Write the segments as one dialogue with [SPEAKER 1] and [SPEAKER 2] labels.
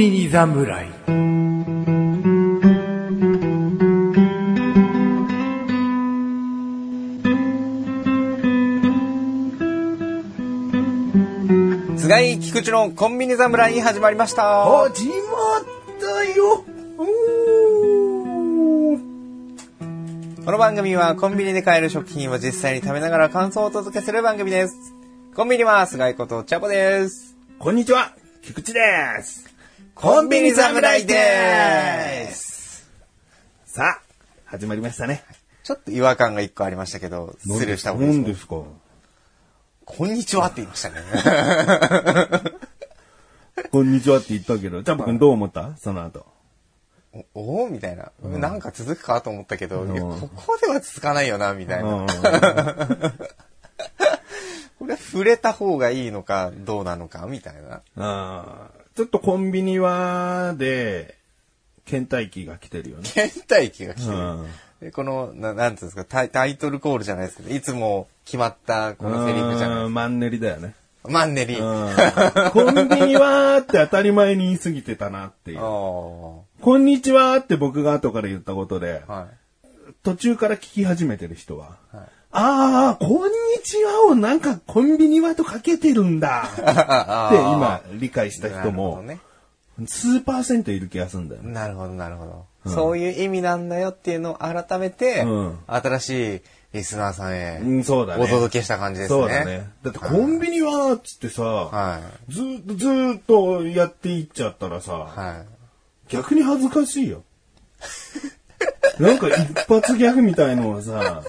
[SPEAKER 1] 侍
[SPEAKER 2] 菅井菊池のコンビニ侍始まりました
[SPEAKER 1] 始まったよおー
[SPEAKER 2] この番組はコンビニで買える食品を実際に食べながら感想をお届けする番組ですコンビニは菅井ことチャボです
[SPEAKER 1] こんにちは菊池です
[SPEAKER 2] コンビニ侍です
[SPEAKER 1] さあ始まりましたね
[SPEAKER 2] ちょっと違和感が一個ありましたけどスルーした方がいい
[SPEAKER 1] 何
[SPEAKER 2] です
[SPEAKER 1] ですか
[SPEAKER 2] こんにちはって言いましたね
[SPEAKER 1] こんにちはって言ったけどチャンプ君どう思ったその後
[SPEAKER 2] おおみたいな、なんか続くかと思ったけど、いやここでは続かないよなみたいな、
[SPEAKER 1] うん
[SPEAKER 2] これは触れた方がいいのかどうなのかみたいな
[SPEAKER 1] あーちょっとコンビニはで倦怠期が来てるよね
[SPEAKER 2] 倦怠期が来てる
[SPEAKER 1] うん。
[SPEAKER 2] でこの、ななんていうんですかタイ、タイトルコールじゃないですけど、いつも決まったこのセリフじゃないで
[SPEAKER 1] う
[SPEAKER 2] す
[SPEAKER 1] んマンネリだよね
[SPEAKER 2] か。マンネリ。
[SPEAKER 1] う
[SPEAKER 2] あ
[SPEAKER 1] んコンビニはーって当たり前に言い過ぎてたなっていう。
[SPEAKER 2] ー
[SPEAKER 1] こんにちはーって僕が後から言ったことで、
[SPEAKER 2] は
[SPEAKER 1] 途中から聞き始めてる人は、
[SPEAKER 2] はい
[SPEAKER 1] ああ、こんにちはをなんかコンビニはとかけてるんだ
[SPEAKER 2] い。
[SPEAKER 1] っ
[SPEAKER 2] あ
[SPEAKER 1] て
[SPEAKER 2] ー
[SPEAKER 1] 今理解した人も、
[SPEAKER 2] なる
[SPEAKER 1] 数パーセントいる気がするんだよ
[SPEAKER 2] ほどね。
[SPEAKER 1] ね。
[SPEAKER 2] なるほど、なるほど、そういう意味なんだよっていうのを改めて、
[SPEAKER 1] うん
[SPEAKER 2] 新しいリスナーさんへ、
[SPEAKER 1] うんそうだね
[SPEAKER 2] お届けした感じですね。
[SPEAKER 1] そうだね。だってコンビニはーっつってさ、
[SPEAKER 2] は
[SPEAKER 1] ずーっとずーっとやっていっちゃったらさ、
[SPEAKER 2] い。はい。
[SPEAKER 1] 逆に恥ずかしいよ。なんか一発ギャグみたいのはさ、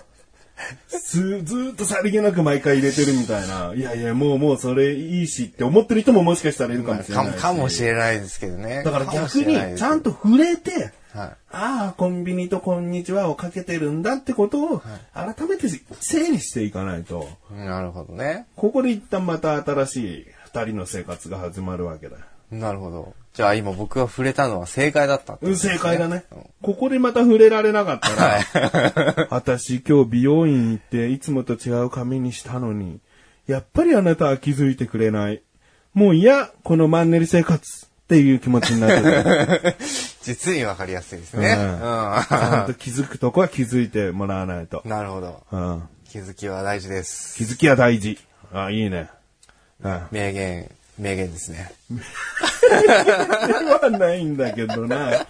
[SPEAKER 1] すずーっとさりげなく毎回入れてるみたいな、いやいや、もうもうそれいいしって思ってる人ももしかしたらいるかもしれ
[SPEAKER 2] か
[SPEAKER 1] な
[SPEAKER 2] も
[SPEAKER 1] いし。
[SPEAKER 2] かもしれないですけどね。
[SPEAKER 1] だから逆
[SPEAKER 2] かもしれないで
[SPEAKER 1] に、
[SPEAKER 2] す
[SPEAKER 1] ちゃんと触れて、
[SPEAKER 2] はい
[SPEAKER 1] ああ、コンビニとこんにちはをかけてるんだってことを、改めて整理していかないと、
[SPEAKER 2] なるほどね。
[SPEAKER 1] ここで一旦また新しい二人の生活が始まるわけだよ。
[SPEAKER 2] なるほど。じゃあ今僕が触れたのは正解だったって
[SPEAKER 1] うん
[SPEAKER 2] ことですね
[SPEAKER 1] 正解だね。ここでまた触れられなかったら、 私今日美容院行っていつもと違う髪にしたのに、やっぱりあなたは気づいてくれない。もう嫌、このマンネリ生活っていう気持ちになってる。
[SPEAKER 2] 実にわかりやすいですね。
[SPEAKER 1] う
[SPEAKER 2] うん ん。
[SPEAKER 1] ちゃんと気づくとこは気づいてもらわないと。
[SPEAKER 2] なるほど。
[SPEAKER 1] うん、
[SPEAKER 2] 気づきは大事です。
[SPEAKER 1] 気づきは大事。あ、いいね。うん。 わ
[SPEAKER 2] 名言、名言ですね。
[SPEAKER 1] かんないんだけどな。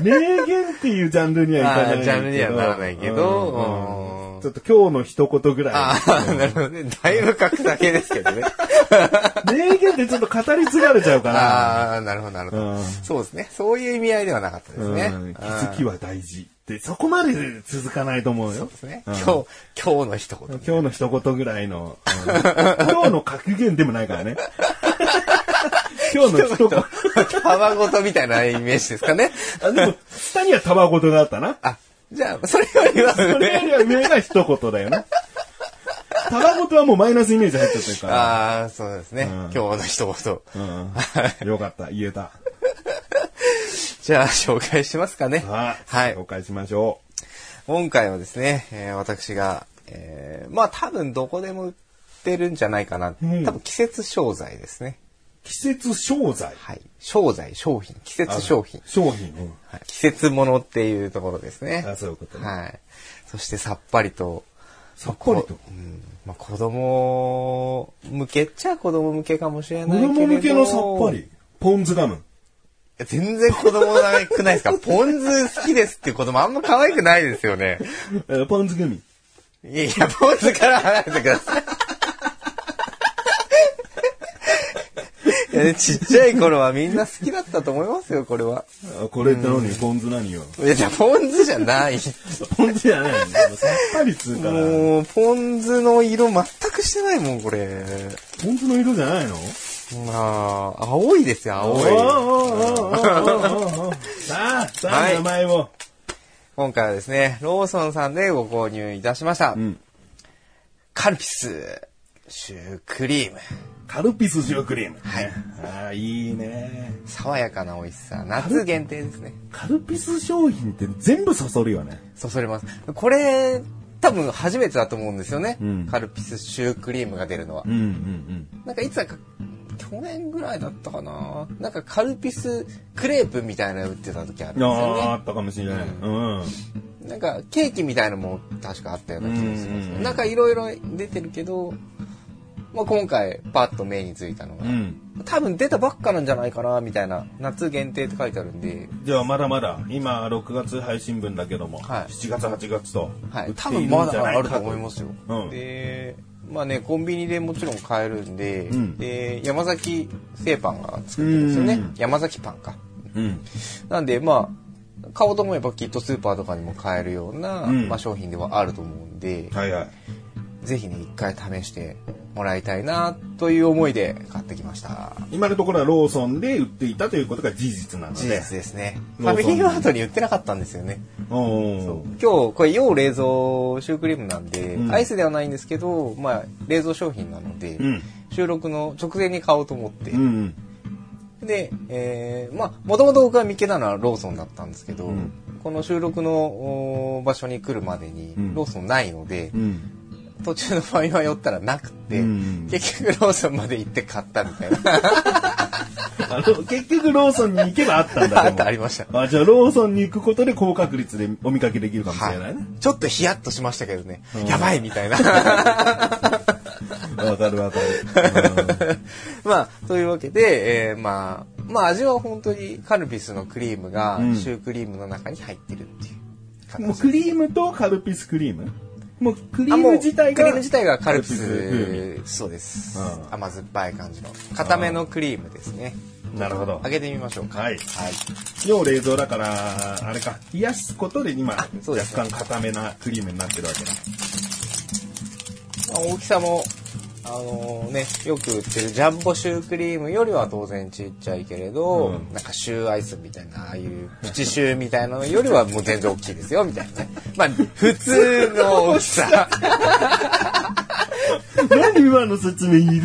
[SPEAKER 1] 名言っていうジャンルにはいかないけ
[SPEAKER 2] あー
[SPEAKER 1] ど。
[SPEAKER 2] ジャンルにはならないけど
[SPEAKER 1] うん
[SPEAKER 2] うん
[SPEAKER 1] ちょっと今日の一言ぐらい。
[SPEAKER 2] ああ、なるほどね。だいぶ格下げですけどね。
[SPEAKER 1] 名言ってちょっと語り継がれちゃうから。
[SPEAKER 2] ああ、なるほど、なるほ
[SPEAKER 1] う
[SPEAKER 2] ど
[SPEAKER 1] ん。
[SPEAKER 2] そうですね。そういう意味合いではなかったですね。
[SPEAKER 1] うん気づ
[SPEAKER 2] き。
[SPEAKER 1] きは大事。で、そこまで続かないと思う
[SPEAKER 2] そう
[SPEAKER 1] よ
[SPEAKER 2] で。すね。
[SPEAKER 1] う
[SPEAKER 2] 今
[SPEAKER 1] ん
[SPEAKER 2] 日、今日の一言。
[SPEAKER 1] 今日の一言ぐらいの、うん今日の格言でもない からね。今日の一言。
[SPEAKER 2] 卵ごとみたいなイメージですかね。
[SPEAKER 1] あでも、下にはタバコとがあったな。
[SPEAKER 2] あ、じゃあ、それよりは
[SPEAKER 1] それよ
[SPEAKER 2] ね。
[SPEAKER 1] りは上が一言だよね。タバコとはもうマイナスイメージ入っちゃってるか
[SPEAKER 2] ああ、そうですね。今日の一言。
[SPEAKER 1] ら。うん。よかった、言えた。
[SPEAKER 2] じゃあ、紹介しますかね。
[SPEAKER 1] さあ、
[SPEAKER 2] はい
[SPEAKER 1] 紹。介しましょ
[SPEAKER 2] 今回はですね、えー私が、えーまあ多分どこでも売ってるんじゃないかな。
[SPEAKER 1] ん
[SPEAKER 2] 多分季節商材ですね。
[SPEAKER 1] う。季節商材。
[SPEAKER 2] はい。商材、商品、季節商品。
[SPEAKER 1] 商品。うん
[SPEAKER 2] はい季節物っていうところですね。
[SPEAKER 1] あそういうことね
[SPEAKER 2] はい。そしてさっぱりと、
[SPEAKER 1] さっぱりと。
[SPEAKER 2] うんまあ、子供向けっちゃ子供向けかもしれな
[SPEAKER 1] 子
[SPEAKER 2] い
[SPEAKER 1] 供
[SPEAKER 2] けれど
[SPEAKER 1] 向けのさっぱり。ポン酢ガム。
[SPEAKER 2] 全然子供なくな いですかポン酢好きですっていう子供あんま可愛くないですよね。
[SPEAKER 1] えーポン酢グミ。
[SPEAKER 2] いやいや、ポン酢から離れてください。いやねちっちゃい頃はみんな好きだったと思いますよ、これは。
[SPEAKER 1] あこれって何ポン酢何よ。
[SPEAKER 2] いや、じゃあポン酢じゃない。
[SPEAKER 1] ポン酢じゃないのでもさっぱりっつうから。
[SPEAKER 2] もう、ポン酢の色全くしてないもん、これ。
[SPEAKER 1] ポン酢の色じゃないの
[SPEAKER 2] まあ、青いですよ、
[SPEAKER 1] お
[SPEAKER 2] 青
[SPEAKER 1] ーおーお
[SPEAKER 2] い。
[SPEAKER 1] ーおーおーおーさあ、さあ、
[SPEAKER 2] はい
[SPEAKER 1] 名前を。
[SPEAKER 2] 今回はですね、ローソンさんでご購入いたしました。
[SPEAKER 1] ん
[SPEAKER 2] カルピス、シュークリーム。
[SPEAKER 1] カルピス塩クリーム。はい。ああ、いいね。
[SPEAKER 2] 爽やかな美味しさ。夏限定ですね。
[SPEAKER 1] カルピス商品って全部そそるよね。
[SPEAKER 2] そそります。これ、多分初めてだと思うんですよね。
[SPEAKER 1] うん
[SPEAKER 2] カルピスシュークリームが出るのは。
[SPEAKER 1] うんうん
[SPEAKER 2] なんかいつだか去年ぐらいだったかななんかカルピスクレープみたいなの売ってた時ある
[SPEAKER 1] あ
[SPEAKER 2] んですよ
[SPEAKER 1] あ、あ
[SPEAKER 2] ね
[SPEAKER 1] ったかもしれない。うん。
[SPEAKER 2] なんかケーキみたいのも確かあったような気がするんです
[SPEAKER 1] うんうん
[SPEAKER 2] よ
[SPEAKER 1] うん
[SPEAKER 2] なんかいろいろ出てるけど、まあ、今回パッと目についたのが、
[SPEAKER 1] うん。
[SPEAKER 2] 多分出たばっかなんじゃないかなみたいな夏限定って書いてあるんで
[SPEAKER 1] じゃあまだまだ、今6月配信分だけども、
[SPEAKER 2] はい
[SPEAKER 1] 7月8月と、
[SPEAKER 2] は
[SPEAKER 1] 売
[SPEAKER 2] い、
[SPEAKER 1] っ
[SPEAKER 2] 多
[SPEAKER 1] ている
[SPEAKER 2] 分
[SPEAKER 1] んじゃ
[SPEAKER 2] ま
[SPEAKER 1] な
[SPEAKER 2] だあると
[SPEAKER 1] か
[SPEAKER 2] 思いますよ。
[SPEAKER 1] うん
[SPEAKER 2] で、まあね、コンビニでもちろん買えるんで、
[SPEAKER 1] うん
[SPEAKER 2] で山崎製パンが作ってるんですよ
[SPEAKER 1] う
[SPEAKER 2] ね
[SPEAKER 1] ん。
[SPEAKER 2] 山崎パンか。
[SPEAKER 1] うん。
[SPEAKER 2] なんで、まあ、買おうと思えばきっとスーパーとかにも買えるような、
[SPEAKER 1] うん
[SPEAKER 2] まあ、商品ではあると思うんで、
[SPEAKER 1] はいはい。
[SPEAKER 2] ぜひね、一回試してもらいたいなという思いで買ってきました。
[SPEAKER 1] 今のところはローソンで売っていたということが事実なので。
[SPEAKER 2] 事実ですね。フ
[SPEAKER 1] ロー
[SPEAKER 2] ァ
[SPEAKER 1] ソン
[SPEAKER 2] ミリーマートに売ってなかったんですよね。
[SPEAKER 1] おー
[SPEAKER 2] 今日これ要冷蔵シュークリームなんで、
[SPEAKER 1] うん
[SPEAKER 2] アイスではないんですけど、まあ、冷蔵商品なので、
[SPEAKER 1] うん
[SPEAKER 2] 収録の直前に買おうと思って、
[SPEAKER 1] うんうん。
[SPEAKER 2] で、えーまあもともと僕が見つけたのはローソンだったんですけど、
[SPEAKER 1] うん
[SPEAKER 2] この収録のお場所に来るまでに
[SPEAKER 1] うん
[SPEAKER 2] ローソンないので、
[SPEAKER 1] うん。
[SPEAKER 2] 途中のファミマ寄ったらなくて、
[SPEAKER 1] うん
[SPEAKER 2] 結局ローソンまで行って買ったみたいな
[SPEAKER 1] あの、結局ローソンに行けばあったんだ
[SPEAKER 2] あ
[SPEAKER 1] で
[SPEAKER 2] っ
[SPEAKER 1] も
[SPEAKER 2] たありました。
[SPEAKER 1] あ、じゃあローソンに行くことで高確率でお見かけできるかもしれないね。
[SPEAKER 2] ちょっとヒヤッとしましたけどね、
[SPEAKER 1] うん
[SPEAKER 2] やばいみたいな。
[SPEAKER 1] わ、かるわか る。
[SPEAKER 2] まあ、というわけで、えーまあ、まあ、味は本当にカルピスのクリームが、
[SPEAKER 1] うん
[SPEAKER 2] シュークリームの中に入ってるっていう形
[SPEAKER 1] うんもうクリームとカルピスクリームもうクリー
[SPEAKER 2] あも
[SPEAKER 1] ム
[SPEAKER 2] う
[SPEAKER 1] 自体が。
[SPEAKER 2] クリーム自体がカルピ
[SPEAKER 1] カルピス風
[SPEAKER 2] スそうです、
[SPEAKER 1] うん
[SPEAKER 2] 甘酸っぱい感じの固めのクリームですね
[SPEAKER 1] なるほど
[SPEAKER 2] あ。げてみましょうか
[SPEAKER 1] はい
[SPEAKER 2] はい、
[SPEAKER 1] 要冷蔵だから、あれか、冷やすことで今、
[SPEAKER 2] あそうですね
[SPEAKER 1] 若干固めなクリームになってるわけだ。
[SPEAKER 2] まあ大きさもあのねよく売ってるジャンボシュークリームよりは当然ちっちゃいけれど、
[SPEAKER 1] うん
[SPEAKER 2] なんかシューアイスみたいなああいうプチシューみたいなのよりはもう全然大きいですよみたい なねまあ普通の大きさ
[SPEAKER 1] 何今の説明いる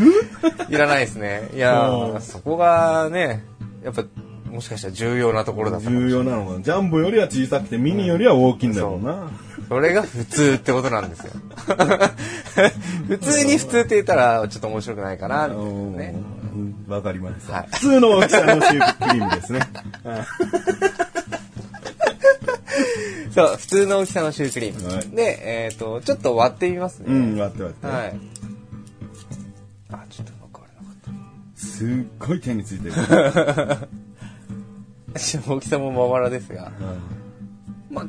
[SPEAKER 2] いらないですねいや
[SPEAKER 1] う
[SPEAKER 2] ー
[SPEAKER 1] ん
[SPEAKER 2] そこがねやっぱもしかしたら重要なところだったかもしれな
[SPEAKER 1] 重
[SPEAKER 2] い
[SPEAKER 1] 要なのが、ジャンボよりは小さくてミニよりは大きいんだろうな。
[SPEAKER 2] それが普通ってことなんですよ。 普通に普通って言ったらちょっと面白くないかな、みたいなね。
[SPEAKER 1] うんわ、かりました、
[SPEAKER 2] はい
[SPEAKER 1] 普通の大きさのシュークリームですね。
[SPEAKER 2] そう、普通の大きさのシュークリーム。
[SPEAKER 1] はい
[SPEAKER 2] で、えっ、と、ちょっと割ってみます
[SPEAKER 1] う
[SPEAKER 2] ね。
[SPEAKER 1] ん、待って待って。
[SPEAKER 2] はい。あ、ちょっと僕あれなかっ
[SPEAKER 1] すっごい手についてる。
[SPEAKER 2] た。大きさもまばらですが。まあ、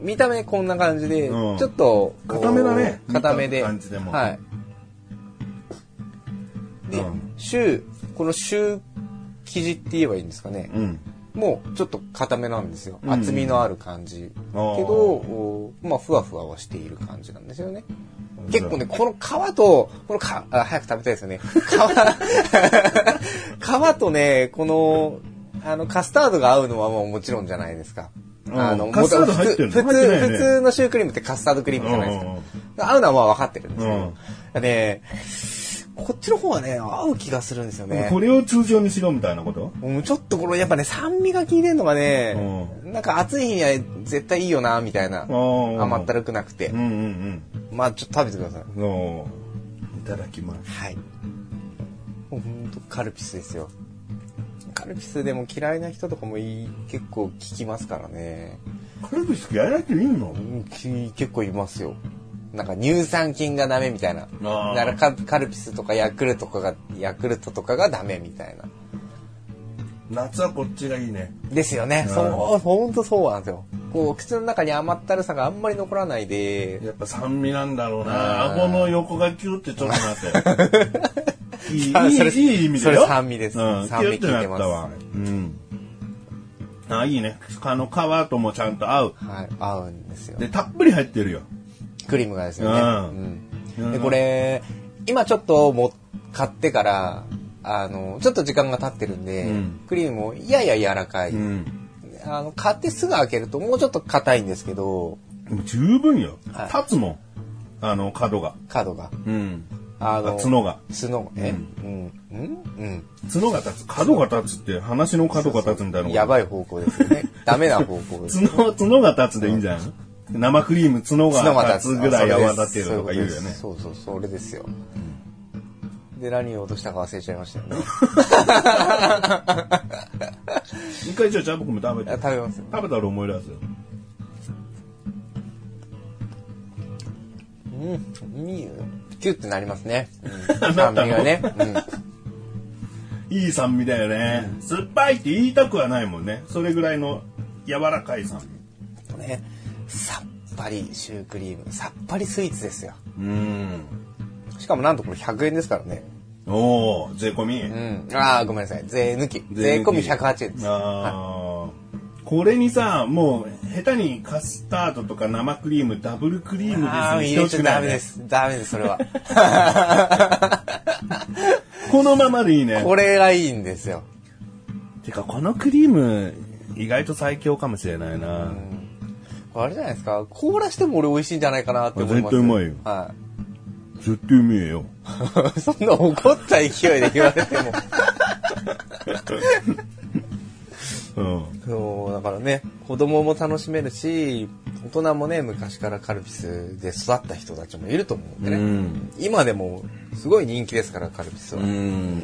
[SPEAKER 2] 見た目こんな感じで、
[SPEAKER 1] うん
[SPEAKER 2] ちょっと、
[SPEAKER 1] 固めだね
[SPEAKER 2] こう固め
[SPEAKER 1] 見
[SPEAKER 2] で。
[SPEAKER 1] た感じでも
[SPEAKER 2] はい。で、
[SPEAKER 1] うん
[SPEAKER 2] シュー、このシュー生地って言えばいいんですかね。
[SPEAKER 1] うん。
[SPEAKER 2] もうちょっと固めなんですよ、
[SPEAKER 1] うん
[SPEAKER 2] 厚みのある感じけど
[SPEAKER 1] あー
[SPEAKER 2] おまあふわふわはしている感じなんですよね結構ねこの皮とこのかあ早く食べたいですよね皮 皮とねこのあのカスタードが合うのはもうもちろんじゃないですか
[SPEAKER 1] うん
[SPEAKER 2] あの
[SPEAKER 1] カスタード入ってるの
[SPEAKER 2] 普通普
[SPEAKER 1] 入ってない
[SPEAKER 2] 通
[SPEAKER 1] よね
[SPEAKER 2] 普通のシュークリームってカスタードクリームじゃないです
[SPEAKER 1] うんうん
[SPEAKER 2] か合うのはまあ分かってるんですけ
[SPEAKER 1] うん
[SPEAKER 2] どだねこっちの方がね合う気がするんですよね
[SPEAKER 1] これを通常にしろみたいなこと
[SPEAKER 2] もうちょっとこのやっぱね酸味が効いてんのがね、なんか暑い日には絶対いいよなみたいな
[SPEAKER 1] ー
[SPEAKER 2] 甘ったるくなくて、
[SPEAKER 1] うんうん
[SPEAKER 2] まあちょっと食べてください
[SPEAKER 1] うん。のいただきます。
[SPEAKER 2] はいもうほんとカルピスですよカルピスでも嫌いな人とかもいい結構効きますからね
[SPEAKER 1] カルピスやらなくていいの
[SPEAKER 2] うんき結構いますよなんか乳酸菌がダメみたいな
[SPEAKER 1] あー
[SPEAKER 2] だからカカルピスとかヤクルトとかがヤクルトとかがダメみたいな
[SPEAKER 1] 夏はこっちがいいね。
[SPEAKER 2] ですよね。
[SPEAKER 1] うん
[SPEAKER 2] そう、ほんとそうなんですよ。こう、口の中に甘ったるさがあんまり残らないで、
[SPEAKER 1] やっぱ酸味なんだろう
[SPEAKER 2] あ
[SPEAKER 1] な。
[SPEAKER 2] ー
[SPEAKER 1] 顎の横がキュってちょっとな って。いい、いい
[SPEAKER 2] あそれ
[SPEAKER 1] いい意味だよ。
[SPEAKER 2] それ酸味です
[SPEAKER 1] うん、
[SPEAKER 2] 酸味
[SPEAKER 1] キュッてなったわ。
[SPEAKER 2] 効
[SPEAKER 1] うん。あ、いいね。あの皮ともちゃんと合う。
[SPEAKER 2] はい、合うんですよ。
[SPEAKER 1] で、たっぷり入ってるよ。
[SPEAKER 2] クリームがですよ
[SPEAKER 1] う
[SPEAKER 2] ね。うん
[SPEAKER 1] うん
[SPEAKER 2] で、これ、今ちょっとも、買ってから、あの、ちょっと時間が経ってるんで、
[SPEAKER 1] うん
[SPEAKER 2] クリームもやや柔らかい、
[SPEAKER 1] うん。
[SPEAKER 2] あの、買ってすぐ開けるともうちょっと硬いんですけど、
[SPEAKER 1] でも十分よ。
[SPEAKER 2] はい
[SPEAKER 1] 立つもん。あの、角が。
[SPEAKER 2] 角が。
[SPEAKER 1] うん。
[SPEAKER 2] あの、
[SPEAKER 1] あ角が。
[SPEAKER 2] 角が。えうん。うんうん。
[SPEAKER 1] 角が立つ。角が立つって、話の角が立つみたいなこと
[SPEAKER 2] やばい方向ですよね。ダメな方向です。
[SPEAKER 1] 角、角が立つでいいんじゃん生クリーム角が立つぐらい泡立てるとか言うよね。
[SPEAKER 2] そうそう、それですよ。で、何を落としたか忘れちゃいましたよね。
[SPEAKER 1] 一回じゃあ、ジャンボ君も食べ
[SPEAKER 2] あ
[SPEAKER 1] て。
[SPEAKER 2] 食べますよ。
[SPEAKER 1] 食べたら思い出すよ。
[SPEAKER 2] うん。いいよキュッてなりますね。う。
[SPEAKER 1] なんんだ
[SPEAKER 2] 酸
[SPEAKER 1] ろう
[SPEAKER 2] 味がね。うん。
[SPEAKER 1] いい酸味だよね。酸っぱいって言いたくはないもんね。それぐらいの柔らかい酸味。
[SPEAKER 2] とね、さっぱりシュークリーム、さっぱりスイーツですよ。
[SPEAKER 1] うん。
[SPEAKER 2] しかもなんとこれ100円ですからね。
[SPEAKER 1] おー、税込み。
[SPEAKER 2] うん。ああ、ごめんなさい。税抜き。税込み108円です。
[SPEAKER 1] あーこれにさ、もう、下手にカスタードとか生クリーム、ダブルクリーム
[SPEAKER 2] ああ、
[SPEAKER 1] です
[SPEAKER 2] 入
[SPEAKER 1] よ
[SPEAKER 2] れちゃダメで。す。ダメです、それは。
[SPEAKER 1] このままでいいね。
[SPEAKER 2] これがいいんですよ。
[SPEAKER 1] てか、このクリーム、意外と最強かもしれないな。
[SPEAKER 2] あれじゃないですか。凍らしても俺美味しいんじゃないかなって思いま
[SPEAKER 1] あ
[SPEAKER 2] す。
[SPEAKER 1] 絶対うまいよ
[SPEAKER 2] は
[SPEAKER 1] 絶対うめえよ。
[SPEAKER 2] い。 そんな怒った勢いで言われても。
[SPEAKER 1] うん。
[SPEAKER 2] そう、だからね、子供も楽しめるし、大人もね、昔からカルピスで育った人たちもいると思うんでね。
[SPEAKER 1] うん
[SPEAKER 2] 今でも、すごい人気ですから、カルピスは。
[SPEAKER 1] うん。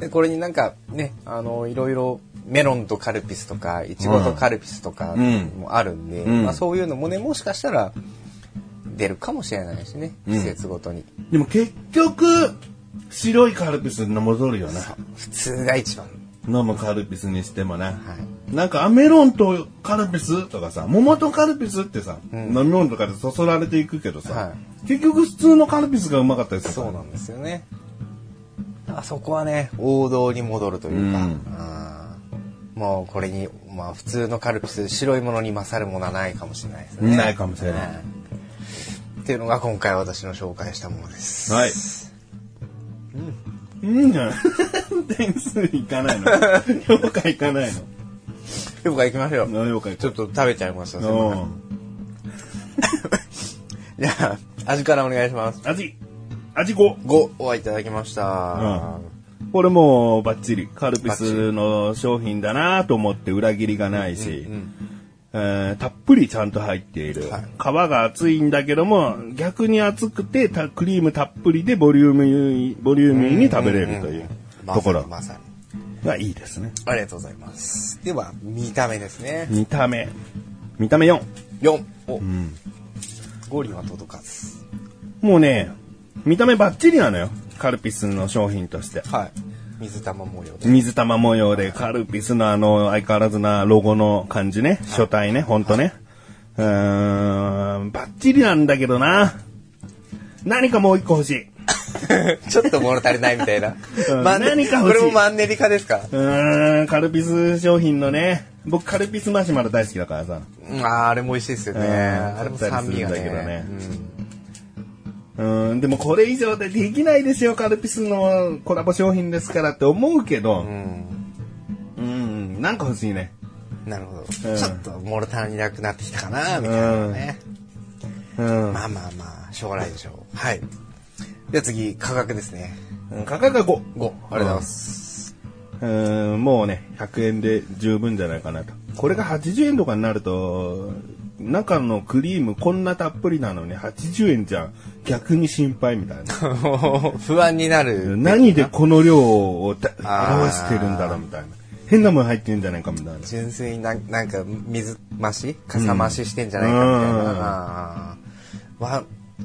[SPEAKER 2] で、これになんかね、あの、いろいろ、メロンとカルピスとか、イチゴとカルピスとか
[SPEAKER 1] うん
[SPEAKER 2] もあるんで、
[SPEAKER 1] うん
[SPEAKER 2] まあそういうのもね、もしかしたら、出るかもしれないしね、季節ごとに。
[SPEAKER 1] でも結局、白いカルピスに戻るよね。
[SPEAKER 2] 普通が一番。
[SPEAKER 1] 飲むカルピスにしてもね。
[SPEAKER 2] い
[SPEAKER 1] なんか、アメロンとカルピスとかさ、桃とカルピスってさ、
[SPEAKER 2] ん
[SPEAKER 1] 飲み物とかでそそられていくけどさ、
[SPEAKER 2] は
[SPEAKER 1] 結局普通のカルピスがうまかったりする
[SPEAKER 2] そうなんですよね。あそこはね、王道に戻るというか、
[SPEAKER 1] うん
[SPEAKER 2] あーもうこれに、まあ普通のカルピス、白いものに勝るものはないかもしれないですね。
[SPEAKER 1] ないかもしれない
[SPEAKER 2] はいっていうのが今回私の紹介したもの です。
[SPEAKER 1] はい。うん。いいんじゃない 点数いかないの。評価いかない
[SPEAKER 2] 今日から行きましょう。
[SPEAKER 1] の。評価い
[SPEAKER 2] ち
[SPEAKER 1] か
[SPEAKER 2] ょっと食べちゃいました。
[SPEAKER 1] な
[SPEAKER 2] す
[SPEAKER 1] い
[SPEAKER 2] いま
[SPEAKER 1] の。
[SPEAKER 2] せんじゃあ、味からお願いします。
[SPEAKER 1] 味、味5。
[SPEAKER 2] 5、おはいただきました。
[SPEAKER 1] これもうバッチリ。カルピスの商品だなと思って裏切りがないし、えーたっぷりちゃんと入っている。
[SPEAKER 2] はい
[SPEAKER 1] 皮が厚いんだけども、逆に厚くてたクリームたっぷりでボリューミー、ボリューミーに食べれるという
[SPEAKER 2] まさ
[SPEAKER 1] と
[SPEAKER 2] に
[SPEAKER 1] ころ
[SPEAKER 2] まさに。
[SPEAKER 1] がいいですね。
[SPEAKER 2] ありがとうございます。では、見た目ですね。
[SPEAKER 1] 見た目。見た目4。
[SPEAKER 2] 4。お、ゴリは届かず。
[SPEAKER 1] もうね、見た目バッチリなのよ。カルピスの商品として。
[SPEAKER 2] はい。水玉模様で。
[SPEAKER 1] 水玉模様で、カルピスのあの、相変わらずなロゴの感じね。書体ね、ほんとね。うーん、バッチリなんだけどな。何かもう一個欲しい。
[SPEAKER 2] ちょっと物足りないみたいな
[SPEAKER 1] うん。
[SPEAKER 2] マンネ
[SPEAKER 1] 何か欲しい
[SPEAKER 2] これもマンネリ化ですか
[SPEAKER 1] うーん、カルピス商品のね。僕、カルピスマシュマロ大好きだからさ。
[SPEAKER 2] うんあーあれも美味しいですよね。
[SPEAKER 1] うん
[SPEAKER 2] あれも酸味が
[SPEAKER 1] だったりするんだ
[SPEAKER 2] ね。
[SPEAKER 1] うーん、でもこれ以上でできないですよ、カルピスのコラボ商品ですからって思うけど
[SPEAKER 2] う。ん。
[SPEAKER 1] うん、なんか欲しいね。
[SPEAKER 2] うんなるほど。
[SPEAKER 1] うん
[SPEAKER 2] ちょっと物足りなくなってきたかな、みたいなね。
[SPEAKER 1] うん。
[SPEAKER 2] まあまあまあ、しょうがないでしょう。はい。では次、価格ですね。
[SPEAKER 1] 価格が5。
[SPEAKER 2] 5。ありがとうございます。
[SPEAKER 1] うーん、もうね、100円で十分じゃないかなと。これが80円とかになると、中のクリームこんなたっぷりなのに80円じゃん。逆に心配みたいな。
[SPEAKER 2] 不安になる。
[SPEAKER 1] 何でこの量をた
[SPEAKER 2] あー
[SPEAKER 1] 表してるんだろうみたいな。変なもん入ってんじゃないかみたいな。
[SPEAKER 2] 純粋になんなんか水増しかさ増ししてんじゃないかみたいな、
[SPEAKER 1] うん
[SPEAKER 2] あーは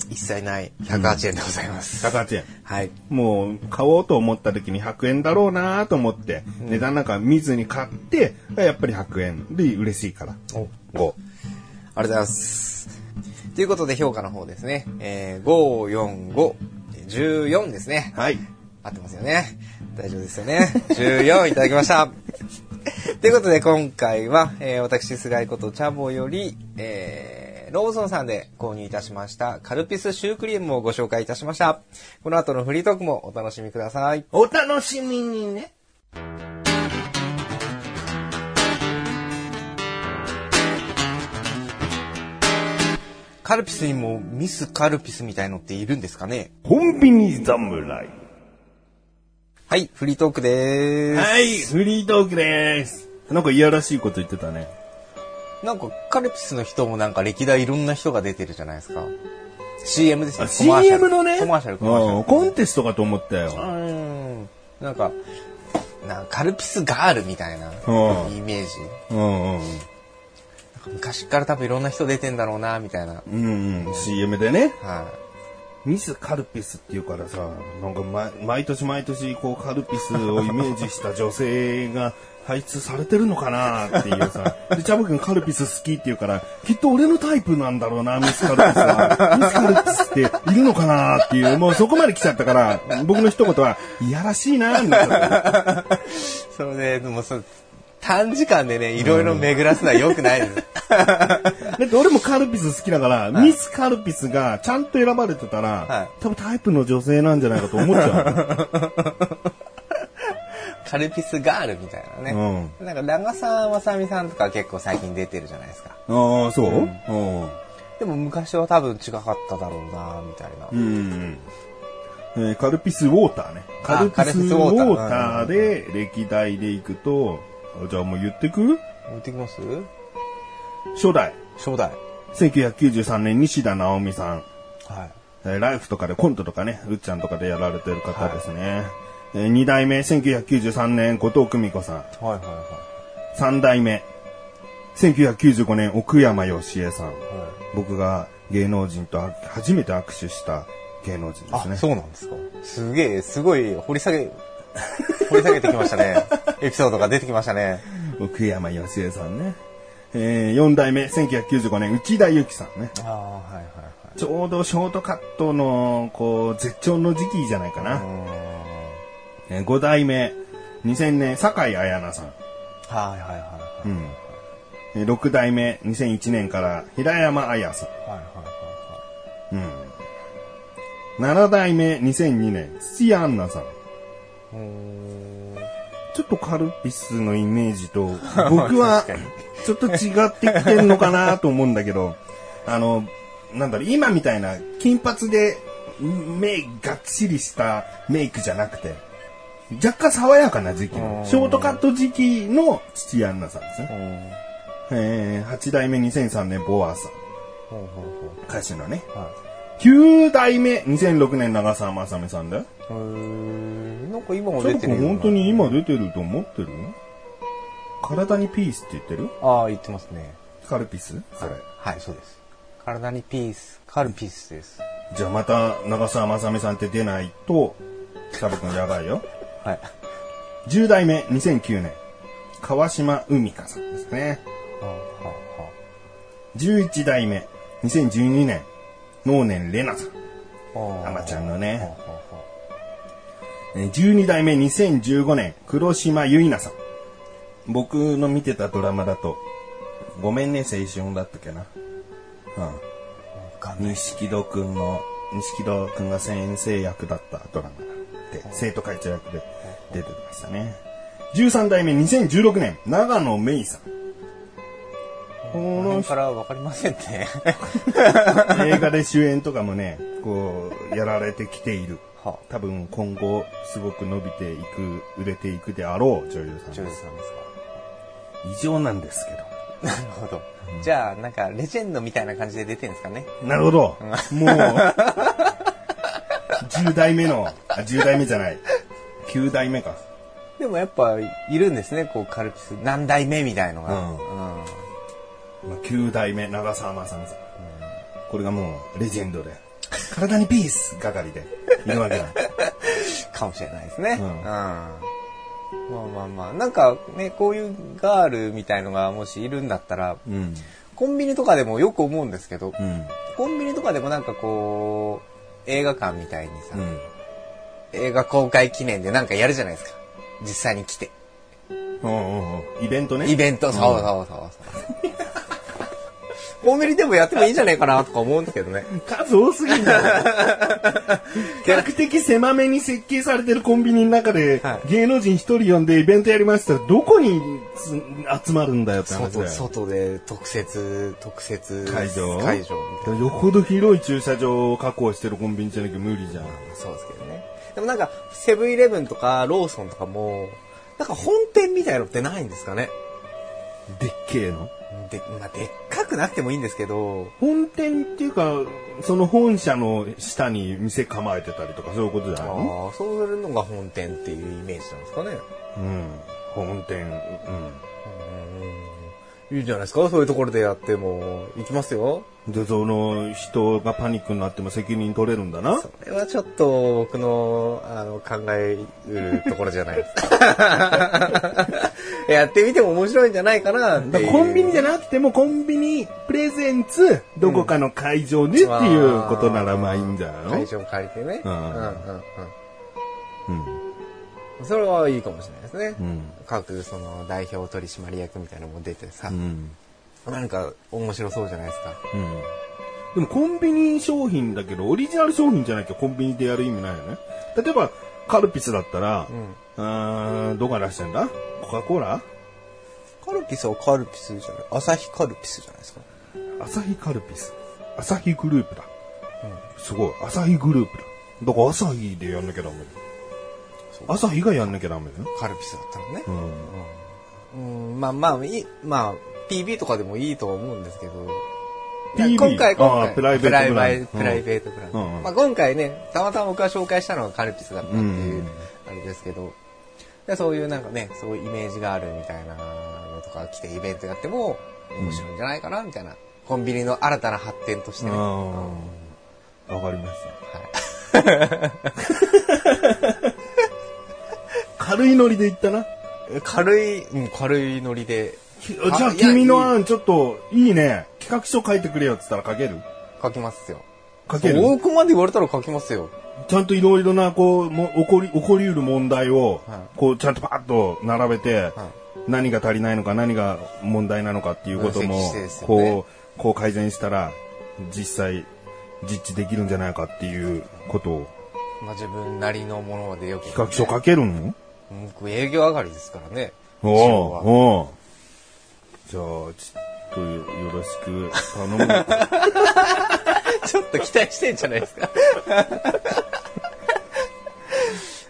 [SPEAKER 2] 一切ない108円でございます、
[SPEAKER 1] 108円。
[SPEAKER 2] はい
[SPEAKER 1] もう買おうと思った時に100円だろうなと思って、値段なんか見ずに買って、やっぱり100円で嬉しいから。
[SPEAKER 2] お5ありがとうございますということで評価の方ですね、えー、54514ですね
[SPEAKER 1] はい。
[SPEAKER 2] 合ってますよね大丈夫ですよね14いただきましたということで今回は、えー私菅井ことチャボより、えーローソンさんで購入いたしましたカルピスシュークリームをご紹介いたしましたこの後のフリートークもお楽しみください
[SPEAKER 1] お楽しみにね。
[SPEAKER 2] カルピスにもミスカルピスみたいのっているんですかね
[SPEAKER 1] コンビニ侍。
[SPEAKER 2] はいフリートークでーす、
[SPEAKER 1] はい、フリートークです。なんかいやらしいこと言ってたね。
[SPEAKER 2] なんかカルピスの人もなんか歴代いろんな人が出てるじゃないですか CM です
[SPEAKER 1] あ
[SPEAKER 2] ね。コマーシャル
[SPEAKER 1] CM のね。
[SPEAKER 2] コマーシャル、コマーシ
[SPEAKER 1] う
[SPEAKER 2] ャル
[SPEAKER 1] ん。コンテストかと思った
[SPEAKER 2] う
[SPEAKER 1] よ。
[SPEAKER 2] ん。なんか、なんかカルピスガールみたいな
[SPEAKER 1] うん
[SPEAKER 2] イメージ。
[SPEAKER 1] うんうん。
[SPEAKER 2] なんか昔から多分いろんな人出てんだろうな、みたいな。
[SPEAKER 1] うんうん。CM でね。
[SPEAKER 2] は
[SPEAKER 1] ミスカルピスっていうからさ、なんか毎毎年毎年こうカルピスをイメージした女性が配置されてるのかなっていう さ。で、チャボくんカルピス好きっていうから、きっと俺のタイプなんだろうな、ミスカルピスは。ミスカルピスっているのかなっていう、もうそこまで来ちゃったから、僕の一言は、いやらしいな、みたいな。
[SPEAKER 2] い。それで、でもその短時間でね、いろいろ巡らすのは良くないです。
[SPEAKER 1] だって俺もカルピス好きだから、ミスカルピスがちゃんと選ばれてたら、
[SPEAKER 2] はい
[SPEAKER 1] 多分タイプの女性なんじゃないかと思っち ゃ
[SPEAKER 2] カルピスガールみたいなね。なんか、長澤まさみさんとか結構最近出てるじゃないですか。
[SPEAKER 1] う。ああ、そう、うん
[SPEAKER 2] でも昔は多分違かっただろうな、みたいな。
[SPEAKER 1] うんえーカルピスウォーターね。カル
[SPEAKER 2] あ
[SPEAKER 1] ピスウォータ
[SPEAKER 2] カ
[SPEAKER 1] ー
[SPEAKER 2] ルピスウ
[SPEAKER 1] で歴代でいくと、あじゃあもう言ってく
[SPEAKER 2] 置いてきます
[SPEAKER 1] 初代、
[SPEAKER 2] 初代。
[SPEAKER 1] 1993年西田直美さん、
[SPEAKER 2] はい。
[SPEAKER 1] えーライフとかでコントとかね、うっちゃんとかでやられてる方ですね。え2代目、1993年後藤久美子さん。
[SPEAKER 2] はいはいは
[SPEAKER 1] 3代目、1995年奥山義恵さん。
[SPEAKER 2] い。はい
[SPEAKER 1] 僕が芸能人とあ初めて握手した芸能人ですね。
[SPEAKER 2] あ、そうなんですか。すげえ、すごい、掘り下 げ、掘り下げてきましたね。エピソードが出てきましたね。
[SPEAKER 1] 奥山義恵さんね。えー、4代目、1995年、内田有紀さんね。
[SPEAKER 2] ああ、はいは
[SPEAKER 1] ちょうどショートカットの、こう、絶頂の時期じゃないかな。
[SPEAKER 2] いはい。
[SPEAKER 1] えー、5代目、2000年、酒井彩菜さん。
[SPEAKER 2] はいはいはい。
[SPEAKER 1] うん。えー、6代目、2001年から、平山彩さ
[SPEAKER 2] はいはい
[SPEAKER 1] ん。うん。7代目、2002年、土屋アンナさん。
[SPEAKER 2] はいはい。うーん。
[SPEAKER 1] ちょっとカルピスのイメージと、僕は
[SPEAKER 2] 確かに、
[SPEAKER 1] ちょっと違ってきてんのかなと思うんだけど、あの、なんだろう、今みたいな金髪で、目がっちりしたメイクじゃなくて、若干爽やかな時期の、ショートカット時期の父アンナさんですね。
[SPEAKER 2] うん。
[SPEAKER 1] えー、8代目2003年ボアさん、
[SPEAKER 2] ほうほう
[SPEAKER 1] 歌手のね。
[SPEAKER 2] ほう。はい。
[SPEAKER 1] 9代目2006年長澤まさみさんだよ。
[SPEAKER 2] うーん。なんか今も
[SPEAKER 1] ちょっ
[SPEAKER 2] 出
[SPEAKER 1] てと
[SPEAKER 2] るような
[SPEAKER 1] 本当に今出てると思ってる体にピースって言ってる
[SPEAKER 2] ああ、言ってますね。
[SPEAKER 1] カルピスそれ。
[SPEAKER 2] はい、そうです。体にピース、カルピースです。
[SPEAKER 1] じゃあまた長澤まさみさんって出ないと、サボ君やばいよ。
[SPEAKER 2] はい。
[SPEAKER 1] 10代目2009年、川島海香さんですね。
[SPEAKER 2] はあは
[SPEAKER 1] 11代目2012年、能年玲奈さん。
[SPEAKER 2] あはあ。
[SPEAKER 1] あまちゃんのね
[SPEAKER 2] はあはあは
[SPEAKER 1] えー12代目2015年、黒島結菜さん。僕の見てたドラマだと、ごめんね青春だったっけな。うん。
[SPEAKER 2] あわかんない。
[SPEAKER 1] 錦戸くんの、錦戸くんが先生役だったドラマで、生徒会長役で出てましたね。13代目2016年、長野芽衣さん。こ
[SPEAKER 2] この
[SPEAKER 1] の
[SPEAKER 2] 辺
[SPEAKER 1] 人
[SPEAKER 2] からわかりませんね。
[SPEAKER 1] 映画で主演とかもね、こう、やられてきている。
[SPEAKER 2] は
[SPEAKER 1] 多分今後すごく伸びていく、売れていくであろう女優さ
[SPEAKER 2] あ、
[SPEAKER 1] ん
[SPEAKER 2] 女優
[SPEAKER 1] です。
[SPEAKER 2] さんですか。
[SPEAKER 1] 異常なんですけど。
[SPEAKER 2] なるほど。じゃあ、なんか、レジェンドみたいな感じで出てるんですかね。
[SPEAKER 1] な るほど。もう、10代目の、あ、10代目じゃない。9代目か。
[SPEAKER 2] でもやっぱ、いるんですね、こう、カルピス。何代目みたいのが。
[SPEAKER 1] うん
[SPEAKER 2] うん。
[SPEAKER 1] まあ、9代目、長澤まさみさん。これがもう、レジェンドで。体にピース係で、いるわ けだ。
[SPEAKER 2] かもしれないですね。
[SPEAKER 1] う
[SPEAKER 2] うんん。まあまあまあ、なんかね、こういうガールみたいのがもしいるんだったら、
[SPEAKER 1] うん。
[SPEAKER 2] コンビニとかでもよく思うんですけど、
[SPEAKER 1] うん。
[SPEAKER 2] コンビニとかでもなんかこう、映画館みたいにさ、
[SPEAKER 1] うん。
[SPEAKER 2] 映画公開記念でなんかやるじゃないですか。実際に来て。
[SPEAKER 1] うんうんうん。イベントね。
[SPEAKER 2] イベント、
[SPEAKER 1] ん
[SPEAKER 2] そうそうそうそう。コンビニでもやってもいいんじゃないかなとか思うんですけどね。
[SPEAKER 1] 数多すぎるんだよ。 比較的狭めに設計されてるコンビニの中で、
[SPEAKER 2] はい
[SPEAKER 1] 芸能人一人呼んでイベントやりましたら、どこにつ集まるんだよって話だ
[SPEAKER 2] 外
[SPEAKER 1] よ。
[SPEAKER 2] 外で特設、特設
[SPEAKER 1] 会場
[SPEAKER 2] 会場みたいな。
[SPEAKER 1] よほど広い駐車場を確保してるコンビニじゃなきゃ無理じゃん。
[SPEAKER 2] そうですけどね。でもなんか、セブンイレブンとかローソンとかも、なんか本店みたいのってないんですかね。
[SPEAKER 1] でっけえの。
[SPEAKER 2] で、まあ、でっかくなくてもいいんですけど、
[SPEAKER 1] 本店っていうか、その本社の下に店構えてたりとか、そういうことじゃ
[SPEAKER 2] あ
[SPEAKER 1] ないの
[SPEAKER 2] あ、そういうのが本店っていうイメージなんですかね。
[SPEAKER 1] うん。本店、うん。
[SPEAKER 2] いいじゃないですか、そういうところでやっても、行きますよ。
[SPEAKER 1] で、その人がパニックになっても責任取れるんだな。
[SPEAKER 2] それはちょっと僕のあの考えうるところじゃないです やってみても面白いんじゃないかなって
[SPEAKER 1] だか
[SPEAKER 2] い
[SPEAKER 1] ら
[SPEAKER 2] う
[SPEAKER 1] コンビニじゃなくてもコンビニプレゼンツどこかの会場でっていうことならまあいいんじゃない
[SPEAKER 2] 会
[SPEAKER 1] の
[SPEAKER 2] 場を借りてね、
[SPEAKER 1] うん
[SPEAKER 2] うんうん
[SPEAKER 1] うん。
[SPEAKER 2] うん、それはいいかもしれないですね、
[SPEAKER 1] うん
[SPEAKER 2] 各その代表取締役みたいなのも出てさ
[SPEAKER 1] う、ん。
[SPEAKER 2] なんか面白そうじゃないですか
[SPEAKER 1] うん。でもコンビニ商品だけど、オリジナル商品じゃなきゃコンビニでやる意味ないよね。例えば、カルピスだったら、うーん、どこが出してんだコカ・コーラ
[SPEAKER 2] カルピスはカルピスじゃない朝日カルピスじゃないですか
[SPEAKER 1] アサヒカルピス。アサヒグループだ。すごい。アサヒグループだ。だからアサヒでやんなきゃダメだよ。アサヒがやんなきゃダメだよ。
[SPEAKER 2] カルピスだったらね
[SPEAKER 1] う、ん。
[SPEAKER 2] うん、まあまあいいまあ PB とかでもいいとは思うんですけど
[SPEAKER 1] PB
[SPEAKER 2] 今回、今
[SPEAKER 1] あー
[SPEAKER 2] 回。
[SPEAKER 1] プライベートブランド
[SPEAKER 2] プライベートブランド
[SPEAKER 1] うんうん、
[SPEAKER 2] まあ今回ね、たまたま僕が紹介したのがカルピスだったっていううんあれですけど、でそういうなんかね、そういうイメージがあるみたいなのとか来てイベントやっても面白いんじゃないかな、みたいな。コンビニの新たな発展としてね。
[SPEAKER 1] あ
[SPEAKER 2] は
[SPEAKER 1] あ。わかりました。軽いノリで言ったな。
[SPEAKER 2] い 軽い、うん、軽いノリで
[SPEAKER 1] きじ
[SPEAKER 2] あ
[SPEAKER 1] ゃあ
[SPEAKER 2] いや
[SPEAKER 1] 君の
[SPEAKER 2] い
[SPEAKER 1] 案ちょっといいね。企画書書いてくれよって言ったら書ける
[SPEAKER 2] 書きますよ。
[SPEAKER 1] 書ける
[SPEAKER 2] 大奥まで言われたら書きますよ。
[SPEAKER 1] ちゃんといろいろな、こう、も起こり、起こりうる問題を
[SPEAKER 2] は、
[SPEAKER 1] こう、ちゃんとパッと並べて、何が足りないのか、何が問題なのかっていうこと
[SPEAKER 2] 分析し
[SPEAKER 1] も
[SPEAKER 2] てです、よね
[SPEAKER 1] こう、こう改善したら、実際、実地できるんじゃないかっていうことを、
[SPEAKER 2] まあ自分なりのものでよく、
[SPEAKER 1] 企画書書けるの
[SPEAKER 2] 僕営業上がりですからね。
[SPEAKER 1] お
[SPEAKER 2] 一
[SPEAKER 1] お
[SPEAKER 2] 応は
[SPEAKER 1] おうじゃあ、ちょっとよろしく頼む。
[SPEAKER 2] ちょっと期待してんじゃないですか。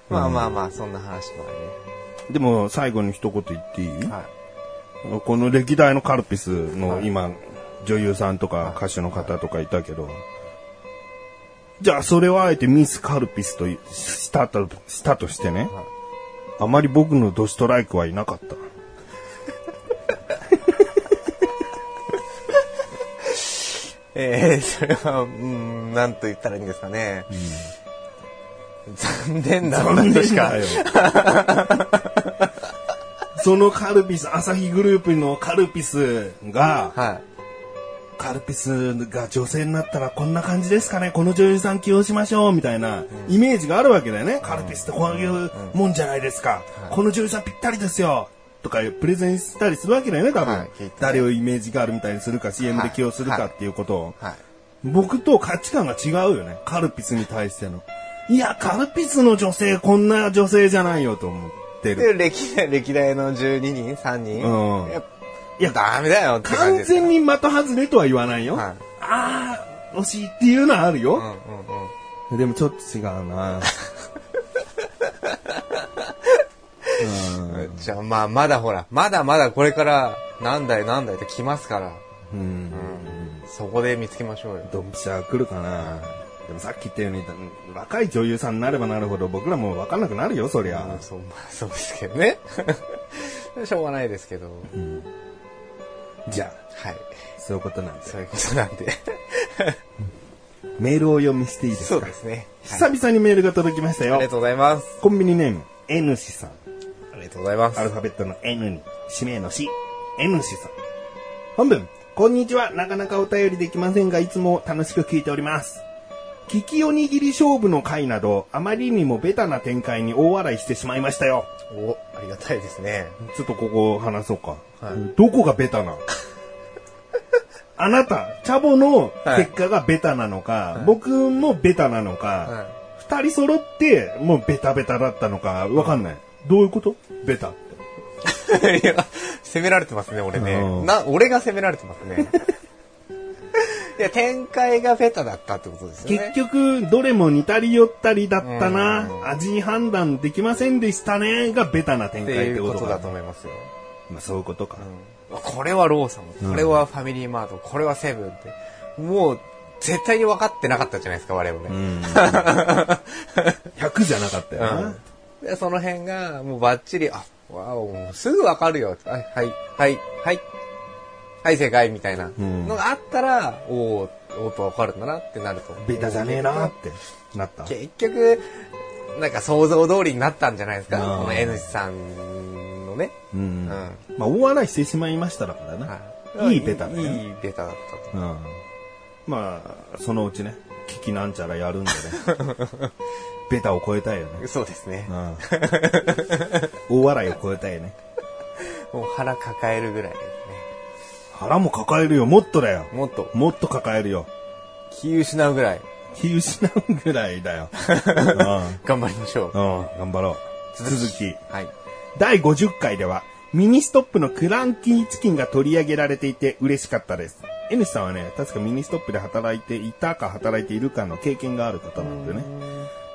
[SPEAKER 2] まあまあまあ、そんな話もあ
[SPEAKER 1] でも、最後に一言言っていい、
[SPEAKER 2] りね。はい。
[SPEAKER 1] この歴代のカルピスの今、女優さんとか歌手の方とかいたけど、じゃあそれをあえてミスカルピスといしたと、したとしてね、
[SPEAKER 2] はい
[SPEAKER 1] あまり僕のドストライクはいなかった。
[SPEAKER 2] えー、それは、うーん、なんと言ったらいいんですかね。残念だったとしか。
[SPEAKER 1] よ。 そのカルピス、アサヒグループのカルピスが、
[SPEAKER 2] は
[SPEAKER 1] カルピスが女性になったらこんな感じですかね、この女優さん起用しましょうみたいなイメージがあるわけだよね。カルピスってこういうもんじゃないですか。この女優さんぴったりですよとかプレゼンしたりするわけだよね、多分。
[SPEAKER 2] はい聞いてね
[SPEAKER 1] 誰をイメージがあるみたいにするか、CM
[SPEAKER 2] は
[SPEAKER 1] で
[SPEAKER 2] い
[SPEAKER 1] 起用するかっていうことを。
[SPEAKER 2] い。はい。
[SPEAKER 1] 僕と価値観が違うよね、カルピスに対しての。いや、カルピスの女性、こんな女性じゃないよと思ってる。
[SPEAKER 2] で、歴代、歴代の12人、3人。
[SPEAKER 1] うん
[SPEAKER 2] やっ
[SPEAKER 1] い
[SPEAKER 2] い
[SPEAKER 1] や
[SPEAKER 2] や、ダメだよって感じ
[SPEAKER 1] 完
[SPEAKER 2] です。
[SPEAKER 1] 全に的外れとは言わないよ。
[SPEAKER 2] はい
[SPEAKER 1] あー、惜しいっていうのはあるよ。
[SPEAKER 2] うんうんうん。
[SPEAKER 1] でもちょっと違うな
[SPEAKER 2] じゃあまあ、まだほら、まだまだこれから、何代何代と来ますから、
[SPEAKER 1] うん。うん。
[SPEAKER 2] そこで見つけましょうよ。
[SPEAKER 1] ドンピシャ来るかなでもさっき言ったように、若い女優さんになればなるほど僕らも分かんなくなるよ、そり
[SPEAKER 2] ま
[SPEAKER 1] ゃ
[SPEAKER 2] あ。そう、まあそうですけどね。 しょうがないですけど。
[SPEAKER 1] じゃ
[SPEAKER 2] はい。
[SPEAKER 1] あ、そういうことなんです。
[SPEAKER 2] そういうことなん で。
[SPEAKER 1] メールをお読みしていいです
[SPEAKER 2] そう
[SPEAKER 1] か
[SPEAKER 2] ですね。はい
[SPEAKER 1] 久々にメールが届きました
[SPEAKER 2] あ
[SPEAKER 1] よ
[SPEAKER 2] りが。とうございます。
[SPEAKER 1] コンビニネーム、N 氏さん。
[SPEAKER 2] ありがとうございます。
[SPEAKER 1] アルファベットの N に、氏名の C、N 氏さん。本文、こんにちは。なかなかお便りできませんが、いつも楽しく聞いております。利きおにぎり勝負の回など、あまりにもベタな展開に大笑いしてしまいましたよ。
[SPEAKER 2] お、ありがたいですね。
[SPEAKER 1] ちょっとここ話そうか。
[SPEAKER 2] はい
[SPEAKER 1] どこがベ タなあなた、チャボの結果がベタなのか、僕もベタなのか、二、人揃ってもうベタベタだったのか、わかんない。どういうことベタって。
[SPEAKER 2] いや、責められてますね、俺
[SPEAKER 1] う
[SPEAKER 2] ね。
[SPEAKER 1] ん
[SPEAKER 2] な、俺が責められてますね。 いや、展開がベタだったってことですよ
[SPEAKER 1] 結
[SPEAKER 2] ね。
[SPEAKER 1] 局、どれも似たり寄ったりだった
[SPEAKER 2] う
[SPEAKER 1] な、味判断でできませんでしたね、がベタな展
[SPEAKER 2] って
[SPEAKER 1] 開っ
[SPEAKER 2] い
[SPEAKER 1] て
[SPEAKER 2] う
[SPEAKER 1] こ
[SPEAKER 2] ことと
[SPEAKER 1] か
[SPEAKER 2] だと。思いますよ。
[SPEAKER 1] まあそういうことか。
[SPEAKER 2] これはローソン、これはファミリーマート、これはセブンって、もう絶対に分かってなかったじゃないですか、我々。
[SPEAKER 1] うん。100じゃなかったよな。
[SPEAKER 2] で、その辺が、もうバッチリ、あ、わお、もうすぐわかるよ。あはい、はい、はい。はい、正解、みたいな
[SPEAKER 1] うん
[SPEAKER 2] のがあったら、おーおーっとわかるんだなってなると。
[SPEAKER 1] ベタじゃねえなってなった。
[SPEAKER 2] 結局、なんか想像通りになったんじゃないですか。
[SPEAKER 1] うん
[SPEAKER 2] この N さんのね。
[SPEAKER 1] う
[SPEAKER 2] うんん。。
[SPEAKER 1] まあ、大笑いしてしまいましただからな。
[SPEAKER 2] はい
[SPEAKER 1] いいベタだよね。
[SPEAKER 2] いいベタだったと。
[SPEAKER 1] うん。まあ、そのうちね、危機なんちゃらやるんでね。ベタを超えたいよね。
[SPEAKER 2] そうですね
[SPEAKER 1] う。ん。大笑いを超えたいね。
[SPEAKER 2] もう腹抱えるぐらいです
[SPEAKER 1] 腹も抱えるよ、もっとだよ。
[SPEAKER 2] ね。もっと、
[SPEAKER 1] もっと抱えるよ。
[SPEAKER 2] 気失うぐらい
[SPEAKER 1] 気失うぐらいだよ。うん。
[SPEAKER 2] 頑張りましょう。
[SPEAKER 1] うん、頑張ろう。続き。
[SPEAKER 2] はい。
[SPEAKER 1] 第50回では、ミニストップのクランキーチキンが取り上げられていて嬉しかったです。N さんはね、確かミニストップで働いていたか働いているかの経験がある方なんでね、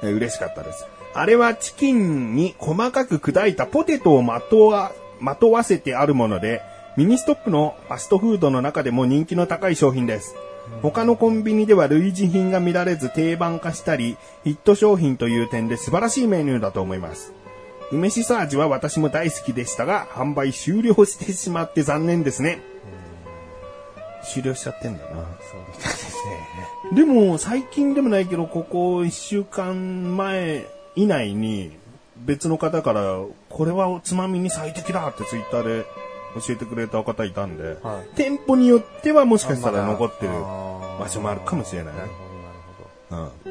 [SPEAKER 1] えー嬉しかったです。あれはチキンに細かく砕いたポテトをまとわ、まとわせてあるもので、ミニストップのファストフードの中でも人気の高い商品です。他のコンビニでは類似品が見られず定番化したり、ヒット商品という点で素晴らしいメニューだと思います。梅しそ味は私も大好きでしたが、販売終了してしまって残念ですね。終了しちゃってんだな。
[SPEAKER 2] そうですね。
[SPEAKER 1] でも、最近でもないけど、ここ1週間前以内に、別の方から、これはおつまみに最適だってツイッターで教えてくれた方いたんで、
[SPEAKER 2] はい
[SPEAKER 1] 店舗によってはもしかしたら
[SPEAKER 2] あまだ
[SPEAKER 1] 残ってる
[SPEAKER 2] あー
[SPEAKER 1] 場所もあるかもしれないね
[SPEAKER 2] なるほど、なるほど。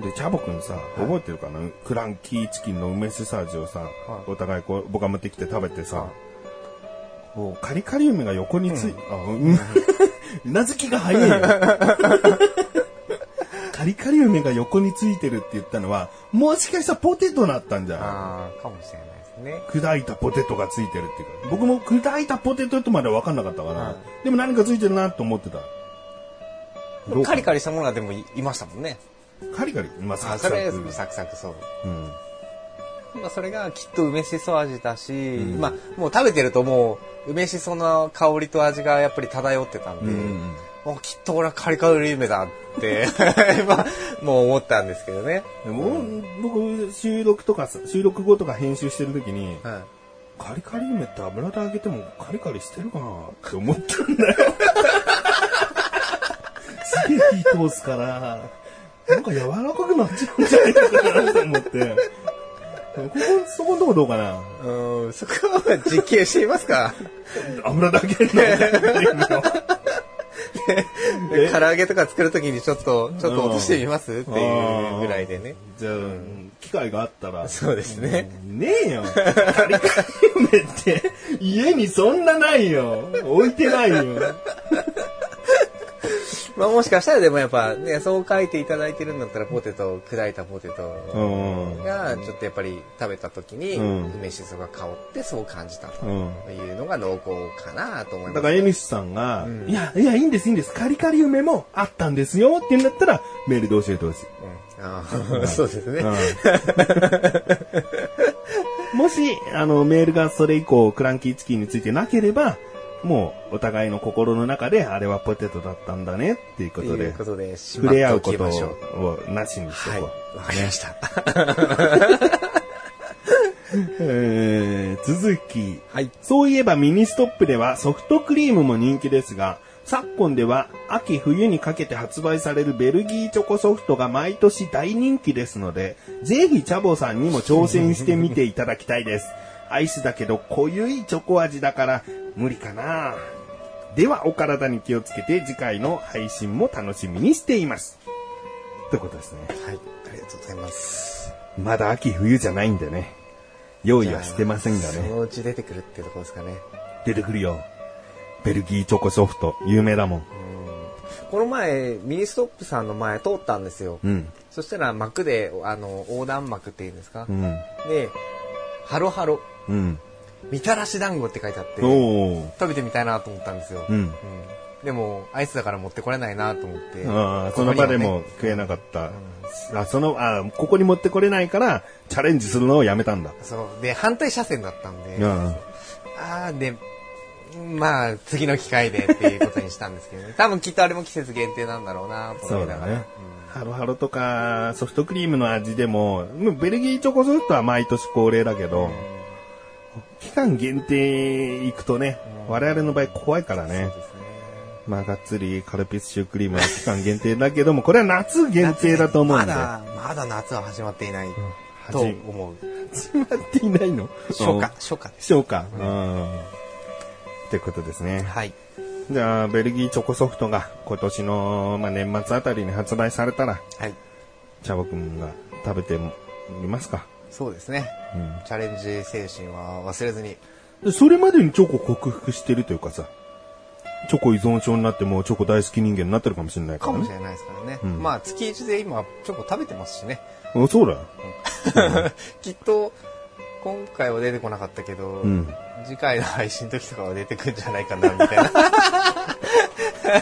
[SPEAKER 1] うん。で、チャボくんさ、覚えてるかな、クランキーチキンの梅酢サージをさ、お互いこう、僕が持ってきて食べてさ、こう、カリカリ梅が横につい、あ、うん、 うなずきが早い よ。カリカリ梅が横についてるって言ったのは、もしかしたらポテトだったんじゃない
[SPEAKER 2] ああ、かもしれないですね。
[SPEAKER 1] 砕いたポテトがついてるっていうか、僕も砕いたポテトとまでは分かんなかったから、
[SPEAKER 2] は
[SPEAKER 1] でも何かついてるなと思ってた。どうか
[SPEAKER 2] カリカリしたものはでもいいましたもんね。
[SPEAKER 1] カリカリ、まあ、
[SPEAKER 2] あ
[SPEAKER 1] サク
[SPEAKER 2] そ
[SPEAKER 1] サク。
[SPEAKER 2] れサクサクそう。
[SPEAKER 1] うん。
[SPEAKER 2] まあ、それがきっと梅しそ味だし、まあ、もう食べてるともう、梅しその香りと味がやっぱり漂ってたんで、
[SPEAKER 1] うん
[SPEAKER 2] もうきっと俺はカリカリ梅だ って、まあ、もう思ったんですけどね。
[SPEAKER 1] でも、僕、収録とかさ、収録後とか編集してる時に、
[SPEAKER 2] はい
[SPEAKER 1] カリカリ梅って油で揚げてもカリカリしてるかなって思ったんだよ。すげえ火通すから、なんか柔らかくなっちゃうんじゃないかなと思って。でもここ、そこのとこどうかな
[SPEAKER 2] うーん、そこは実験しています か
[SPEAKER 1] 油だけのカリカリ梅をえ
[SPEAKER 2] 唐揚げとか作るときにちょっと、ちょっと落としてみますっていうぐらいでね。
[SPEAKER 1] じゃあ、機会があったら。
[SPEAKER 2] そうですね。
[SPEAKER 1] ねえよ。カリカリ梅って、家にそんなないよ。置いてないよ。
[SPEAKER 2] まあもしかしたらでもやっぱね、そう書いていただいてるんだったらポテト、砕いたポテ
[SPEAKER 1] う
[SPEAKER 2] ト
[SPEAKER 1] ん。うん。
[SPEAKER 2] がちょっとやっぱり食べた時に
[SPEAKER 1] うん
[SPEAKER 2] 梅しそが香ってそう感じたというのが濃厚かなと思
[SPEAKER 1] だ
[SPEAKER 2] いま
[SPEAKER 1] から、
[SPEAKER 2] す。
[SPEAKER 1] 江西さんが、いや、いや、いいんです、いいんです。カリカリ梅もあったんですよって言うんだったら、メールで教えてほしい。
[SPEAKER 2] うんあー そうですね。
[SPEAKER 1] うんもし、あの、メールがそれ以降、クランキーチキンについてなければ、もう、お互いの心の中で、あれはポテトだったんだね、っていうことと
[SPEAKER 2] い
[SPEAKER 1] で
[SPEAKER 2] う、ことで、しまっ
[SPEAKER 1] 触れ合
[SPEAKER 2] て
[SPEAKER 1] う
[SPEAKER 2] お
[SPEAKER 1] こ
[SPEAKER 2] き
[SPEAKER 1] と
[SPEAKER 2] ましょう。
[SPEAKER 1] をなしにし
[SPEAKER 2] は
[SPEAKER 1] て
[SPEAKER 2] い。
[SPEAKER 1] こう
[SPEAKER 2] わ。かりました。
[SPEAKER 1] えー続き、
[SPEAKER 2] はい。
[SPEAKER 1] そういえばミニストップではソフトクリームも人気ですが、昨今では秋冬にかけて発売されるベルギーチョコソフトが毎年大人気ですので、ぜひチャボさんにも挑戦してみていただきたい です。アイスだけど濃ゆいチョコ味だから無理かなではお体に気をつけて次回の配信も楽しみにしています。ということですね。
[SPEAKER 2] はい。ありがとうございます。
[SPEAKER 1] まだ秋冬じゃないんでね。用意はしてませんが
[SPEAKER 2] そ
[SPEAKER 1] ね。
[SPEAKER 2] のうち出てくるっていうところですかね。
[SPEAKER 1] 出てくるよ。ベルギーチョコソフト、有名だもん。
[SPEAKER 2] この前、ミニストップさんの前通ったんですよ。
[SPEAKER 1] うん。
[SPEAKER 2] そしたら幕で、あの、横断幕っていうんですか、
[SPEAKER 1] うん。
[SPEAKER 2] で、ハロハロ、
[SPEAKER 1] うん。
[SPEAKER 2] みたらし団子って書いてあって、食
[SPEAKER 1] おー。
[SPEAKER 2] べてみたいなと思ったんですよ。
[SPEAKER 1] うん
[SPEAKER 2] でも、アイスだから持ってこれないなと思って。
[SPEAKER 1] ああ、そ
[SPEAKER 2] ここ
[SPEAKER 1] の
[SPEAKER 2] には
[SPEAKER 1] 場
[SPEAKER 2] ね
[SPEAKER 1] でも食えなかった。あ、その、あここに持ってこれないから、チャレンジするのをやめたんだ。
[SPEAKER 2] そう。で、反対車線だったんで、
[SPEAKER 1] うん。
[SPEAKER 2] あーで、まあ、次の機会でっていうことにしたんですけどね。多 分きっとあれも季節限定なんだろうなと思いながら。
[SPEAKER 1] ハロハロとかソフトクリームの味でも、もうベルギーチョコソフトは毎年恒例だけど、期間限定行くとね、我々の場合怖いからね。まあ、がっつりカルピスシュークリームは期間限定だけども、これは夏限定だと思うんで。
[SPEAKER 2] ま
[SPEAKER 1] 始
[SPEAKER 2] だ、まだ夏は始まっていないと思う。
[SPEAKER 1] まっていないの
[SPEAKER 2] 初夏、。初夏です。
[SPEAKER 1] 初夏。うん。ってことですね。
[SPEAKER 2] はい。
[SPEAKER 1] じゃあ、ベルギーチョコソフトが今年の、まあ、年末あたりに発売されたら、
[SPEAKER 2] はい。
[SPEAKER 1] チャボくんが食べてみますか。
[SPEAKER 2] そうですね。チャレンジ精神は忘れずに。
[SPEAKER 1] でそれまでにチョコ克服してるというかさ、チョコ依存症になってもうチョコ大好き人間になってるかもしれないか
[SPEAKER 2] からもしれ
[SPEAKER 1] ね。
[SPEAKER 2] ないですからね。まあ、月一で今、チョコ食べてますしね。
[SPEAKER 1] うんそうだよ。
[SPEAKER 2] きっと、今回は出てこなかったけど、
[SPEAKER 1] ん
[SPEAKER 2] 次回の配信の時とかは出てくるんじゃないかな、みたいな。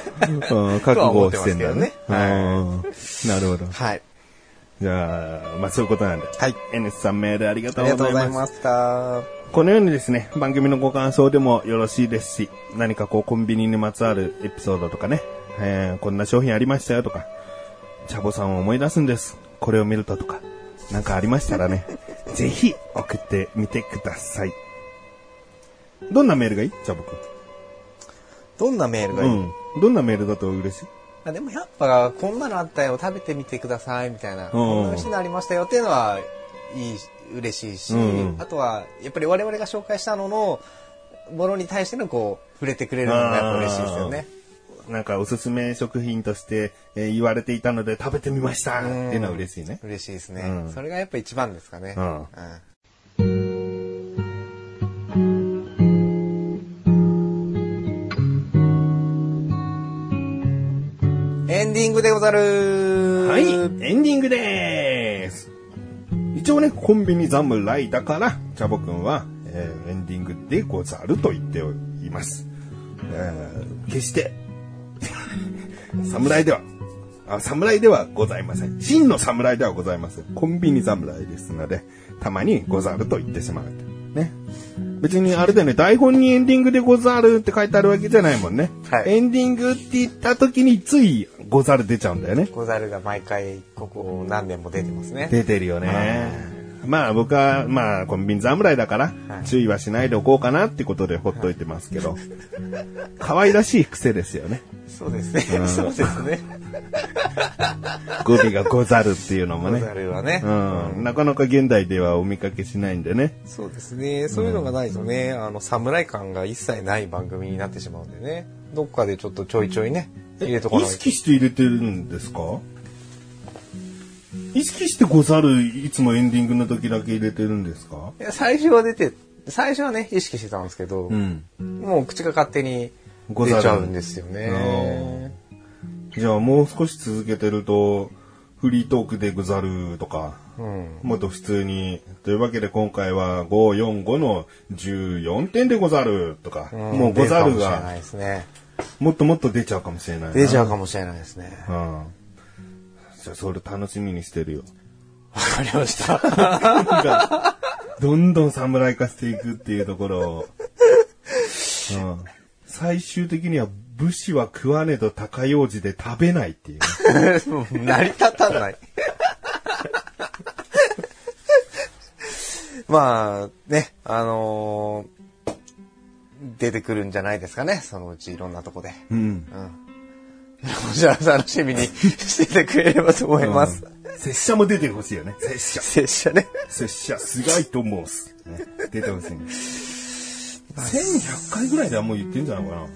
[SPEAKER 1] うん覚悟をしてんだよね。
[SPEAKER 2] とは
[SPEAKER 1] うんなるほど。
[SPEAKER 2] はい。
[SPEAKER 1] じゃあ、まあそういうことなんで。
[SPEAKER 2] はい。
[SPEAKER 1] N さんメール ありがと
[SPEAKER 2] あ
[SPEAKER 1] う
[SPEAKER 2] りが
[SPEAKER 1] ご
[SPEAKER 2] とう
[SPEAKER 1] ざい
[SPEAKER 2] ござい
[SPEAKER 1] ます。
[SPEAKER 2] ました。
[SPEAKER 1] このようにですね、番組のご感想でもよろしいですし、何かこうコンビニにまつわるエピソードとかね、えーこんな商品ありましたよとか、チャボさんを思い出すんです。これを見るととか、なんかありましたら ね、ぜひ送ってみてください。どんなメールがいいチャボくん。
[SPEAKER 2] どんなメールがいい、
[SPEAKER 1] うん。どんなメールだと嬉しい
[SPEAKER 2] あでもやっぱ、こんなのあったよ、食べてみてください、みたいな。こんな美味しいのありましたよっていうのは、いい、嬉しいし、
[SPEAKER 1] うん
[SPEAKER 2] あとは、やっぱり我々が紹介したのの、ものに対してのこう、触れてくれるのがやっぱ嬉しいですよね。
[SPEAKER 1] なんかおすすめ食品として、えー言われていたので食べてみましたって
[SPEAKER 2] ん
[SPEAKER 1] いうのは嬉しいね。
[SPEAKER 2] 嬉しいですね、
[SPEAKER 1] うん
[SPEAKER 2] それがやっぱ一番ですかね。
[SPEAKER 1] うん
[SPEAKER 2] エンディングでござる
[SPEAKER 1] はい、エンディングでーす。一応ね、コンビニ侍だから、チャボくんは、えーエンディングでござると言っております。えー決して、 侍では、あ、侍ではございません。真の侍ではございません。コンビニ侍ですので、たまにござると言ってしまうと。ね。別にあれだよね、台本にエンディングでござるって書いてあるわけじゃないもんね。
[SPEAKER 2] はい
[SPEAKER 1] エンディングって言った時についござる出ちゃうんだよね。
[SPEAKER 2] ござるが毎回、ここ何年も出てますね。
[SPEAKER 1] 出てるよね。まあ僕は、まあコンビニ侍だから、注意はしないでおこうかなってことでほっといてますけど、可愛らしい癖ですよね。
[SPEAKER 2] そうですね。 そうですね。
[SPEAKER 1] 語尾がござるっていうのも
[SPEAKER 2] ご
[SPEAKER 1] ね
[SPEAKER 2] ざ。るはね。
[SPEAKER 1] うん、なかなか現代ではお見かけしないんでね。
[SPEAKER 2] そうですね。そういうのがないとね、あの、侍感が一切ない番組になってしまうんでね。どっかでちょっとちょいちょいね、入れとか
[SPEAKER 1] 意
[SPEAKER 2] ないと。
[SPEAKER 1] 識して入れてるんですか意識してござる、いつもエンディングの時だけ入れてるんですか
[SPEAKER 2] いや最初は出て、最初はね、意識してたんですけど、
[SPEAKER 1] うん。
[SPEAKER 2] もう口が勝手に
[SPEAKER 1] ござる
[SPEAKER 2] 出ちゃうんですよね。
[SPEAKER 1] じゃあもう少し続けてると、フリートークでござるとか、
[SPEAKER 2] うん。
[SPEAKER 1] もっと普通に。というわけで今回は545の14点でござるとか、
[SPEAKER 2] ん
[SPEAKER 1] もうござる
[SPEAKER 2] 出かもしれな
[SPEAKER 1] が
[SPEAKER 2] いですね。
[SPEAKER 1] もっともっと出ちゃうかもしれないな。
[SPEAKER 2] 出ちゃうかもしれないですね。
[SPEAKER 1] う。ん。じゃあそれ楽しみにしてるよ。
[SPEAKER 2] わかりました。
[SPEAKER 1] なんかどんどん侍化していくっていうところを。うん。最終的には武士は食わねと高用事で食べないっていうね。
[SPEAKER 2] もう 成り立たない。 まあ、ね、あのー出てくるんじゃないですかね、そのうちいろんなとこで。
[SPEAKER 1] うん。
[SPEAKER 2] こちら楽しみにしててくれればと思います。
[SPEAKER 1] うん拙者も出てほしいよね。拙者。
[SPEAKER 2] 拙者ね。
[SPEAKER 1] 拙者、菅井と申す。ね、 出てほしいね。1100回ぐらいではもう言ってんじゃないかな。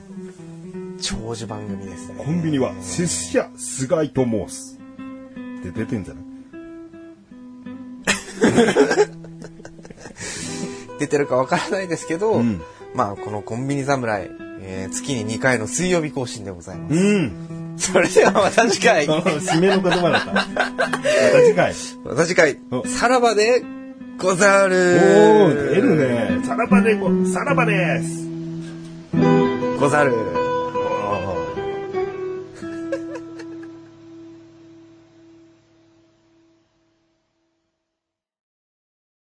[SPEAKER 2] 長寿番組ですね。
[SPEAKER 1] コンビニは、拙者、菅井と申す。って出てんじゃない
[SPEAKER 2] 出てるかわからないですけど、
[SPEAKER 1] ん
[SPEAKER 2] まあ、このコンビニ侍、えー月に2回の水曜日更新でございます。
[SPEAKER 1] うん。
[SPEAKER 2] それではまた次回。ま
[SPEAKER 1] 締めの言葉だった。また次回。
[SPEAKER 2] た次回
[SPEAKER 1] お、
[SPEAKER 2] さらばでござる
[SPEAKER 1] おー、出るね。さらばでご、さらばです。
[SPEAKER 2] ござる。